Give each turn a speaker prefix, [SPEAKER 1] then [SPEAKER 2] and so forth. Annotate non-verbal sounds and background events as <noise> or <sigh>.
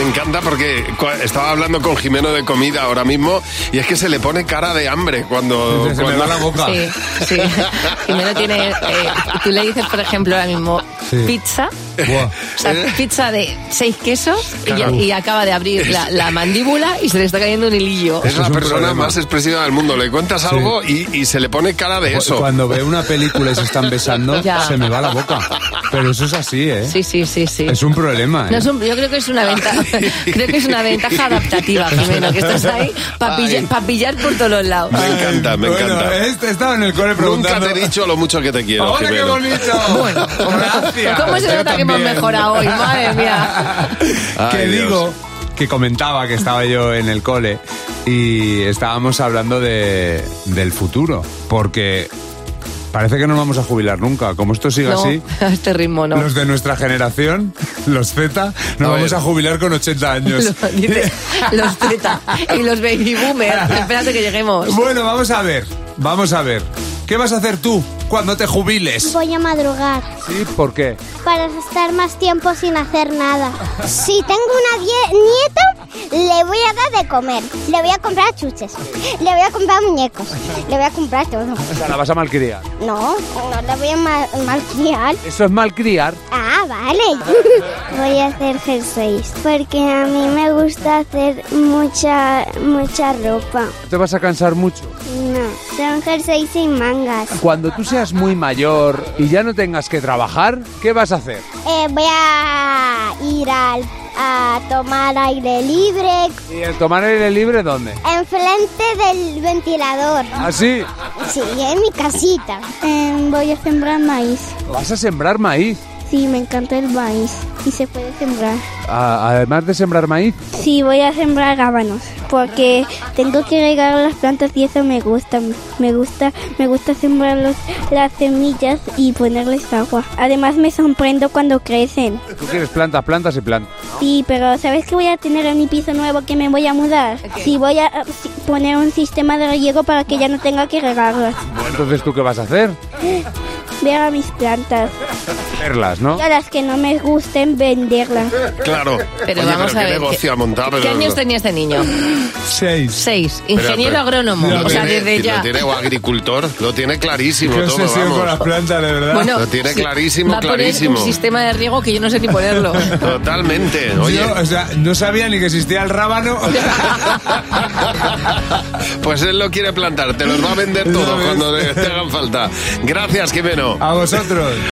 [SPEAKER 1] encanta porque cua- estaba hablando con Jimeno de comida ahora mismo y es que se le pone cara de hambre cuando...
[SPEAKER 2] Se me
[SPEAKER 1] cuando-
[SPEAKER 2] va la boca.
[SPEAKER 3] Sí, sí. Primero tiene. eh, tú le dices, por ejemplo, ahora mismo
[SPEAKER 2] Sí. Eh.
[SPEAKER 3] pizza.
[SPEAKER 2] <laughs> Buah.
[SPEAKER 3] O sea, pizza de seis quesos y-
[SPEAKER 1] Claro.
[SPEAKER 3] y, acaba de abrir
[SPEAKER 2] <laughs>
[SPEAKER 3] la, la mandíbula y se le está cayendo un hilillo.
[SPEAKER 1] Es
[SPEAKER 2] Eso
[SPEAKER 1] la
[SPEAKER 2] es un
[SPEAKER 1] persona
[SPEAKER 2] problema.
[SPEAKER 1] más expresiva del mundo. Le cuentas algo y, y se le pone cara de eso.
[SPEAKER 2] Cuando veo una película y se están besando,
[SPEAKER 3] Ya.
[SPEAKER 2] se me va la boca. Pero eso es así, ¿eh?
[SPEAKER 3] Sí, sí, sí, sí.
[SPEAKER 2] Es un problema, ¿eh?
[SPEAKER 3] No es un- yo creo que es una ventaja, <laughs> creo que es una ventaja adaptativa, Jimeno, que estás ahí para
[SPEAKER 1] Ay.
[SPEAKER 3] pillar, pa' pillar por todos los lados.
[SPEAKER 1] Me encanta, me
[SPEAKER 2] Bueno,
[SPEAKER 1] encanta.
[SPEAKER 2] este estaba en el cole
[SPEAKER 1] Nunca
[SPEAKER 2] preguntando...
[SPEAKER 1] te he dicho lo mucho que te quiero,
[SPEAKER 2] ¡Ahora qué
[SPEAKER 1] Jimeno.
[SPEAKER 2] bonito!
[SPEAKER 3] <laughs> Bueno,
[SPEAKER 2] gracias.
[SPEAKER 3] ¿cómo se
[SPEAKER 2] Yo
[SPEAKER 3] nota que hemos
[SPEAKER 2] también.
[SPEAKER 3] mejorado hoy? Madre mía.
[SPEAKER 2] <laughs> que
[SPEAKER 1] Ay, Dios.
[SPEAKER 2] digo que comentaba que estaba yo en el cole y estábamos hablando de, del futuro, porque parece que no nos vamos a jubilar nunca. Como esto sigue
[SPEAKER 3] No,
[SPEAKER 2] así,
[SPEAKER 3] a <laughs> este ritmo no.
[SPEAKER 2] los de nuestra generación, los Z, nos
[SPEAKER 1] A
[SPEAKER 2] vamos
[SPEAKER 1] ver.
[SPEAKER 2] a jubilar con 80 años.
[SPEAKER 3] <laughs> <laughs> Lo- dice, los teta y los baby boomers. Espérate que lleguemos.
[SPEAKER 2] <laughs> bueno, vamos a ver, vamos a ver. ¿Qué vas a hacer tú cuando te jubiles?
[SPEAKER 4] Voy a madrugar
[SPEAKER 2] Sí, ¿por qué?
[SPEAKER 4] para estar más tiempo sin hacer nada. Si tengo una die- nieta, le voy a dar de comer. Le voy a comprar chuches. Le voy a comprar muñecos. Le voy a comprar todo.
[SPEAKER 2] O sea, la vas a malcriar.
[SPEAKER 4] No, no la voy a ma- malcriar.
[SPEAKER 2] Eso es malcriar.
[SPEAKER 4] Ah, vale. <laughs> Voy a hacer jerseys porque a mí me gusta hacer mucha mucha ropa.
[SPEAKER 2] Te vas a cansar mucho.
[SPEAKER 4] No, son jerseys sin mangas.
[SPEAKER 2] Cuando tú seas muy mayor y ya no tengas que trabajar, ¿qué vas a hacer?
[SPEAKER 4] Eh, voy a ir al- a tomar aire libre
[SPEAKER 2] ¿Y el tomar aire libre dónde? ¿Ah,
[SPEAKER 4] enfrente del ventilador.
[SPEAKER 2] Así.
[SPEAKER 4] Sí, en mi casita. Em, voy a sembrar maíz.
[SPEAKER 2] Vas a sembrar maíz.
[SPEAKER 4] Sí, me encanta el maíz y se puede sembrar.
[SPEAKER 2] A- además de sembrar maíz,
[SPEAKER 4] Sí, voy a sembrar rábanos porque tengo que regar las plantas y eso me gusta. Me gusta, me gusta sembrar los- las semillas y ponerles agua. Además me sorprendo cuando crecen.
[SPEAKER 2] tú quieres plantas, plantas y plantas.
[SPEAKER 4] Sí, pero ¿sabes qué voy a tener en mi piso nuevo que me voy a mudar? Sí, voy a eh, sí, poner un sistema de riego para que ya no tenga que regarlas.
[SPEAKER 2] Entonces, ¿tú qué vas a hacer?
[SPEAKER 4] Ver a mis plantas.
[SPEAKER 2] Verlas, ¿no?
[SPEAKER 4] Y a las que no me gusten venderlas.
[SPEAKER 1] Claro.
[SPEAKER 3] Pero
[SPEAKER 1] Oye,
[SPEAKER 3] vamos
[SPEAKER 1] pero
[SPEAKER 3] a
[SPEAKER 1] qué
[SPEAKER 3] ver.
[SPEAKER 1] negocio
[SPEAKER 3] ¿qué-
[SPEAKER 1] ha montado.
[SPEAKER 3] ¿Qué
[SPEAKER 1] pero-
[SPEAKER 3] años tenía este niño?
[SPEAKER 2] Seis.
[SPEAKER 3] Seis.
[SPEAKER 1] Pero-
[SPEAKER 3] Ingeniero
[SPEAKER 1] pero-
[SPEAKER 3] agrónomo.
[SPEAKER 1] lo
[SPEAKER 3] o sea,
[SPEAKER 1] tiene-
[SPEAKER 3] desde ya.
[SPEAKER 1] Lo tiene o agricultor, lo tiene clarísimo todo, vamos.
[SPEAKER 2] plantas, de verdad.
[SPEAKER 3] Bueno,
[SPEAKER 1] Lo tiene
[SPEAKER 3] sí,
[SPEAKER 1] clarísimo,
[SPEAKER 3] va a poner
[SPEAKER 1] clarísimo.
[SPEAKER 3] un sistema de riego que yo no sé
[SPEAKER 1] <laughs>
[SPEAKER 3] ni ponerlo.
[SPEAKER 1] Totalmente, oye.
[SPEAKER 2] sea, no sabía ni que existía el
[SPEAKER 1] <laughs>
[SPEAKER 2] rábano. <laughs>
[SPEAKER 1] Pues él lo
[SPEAKER 2] <laughs>
[SPEAKER 1] quiere plantar, te los va a vender
[SPEAKER 2] Ya
[SPEAKER 1] todo
[SPEAKER 2] ves.
[SPEAKER 1] cuando le- te hagan falta. Gracias, Jimeno.
[SPEAKER 2] a vosotros.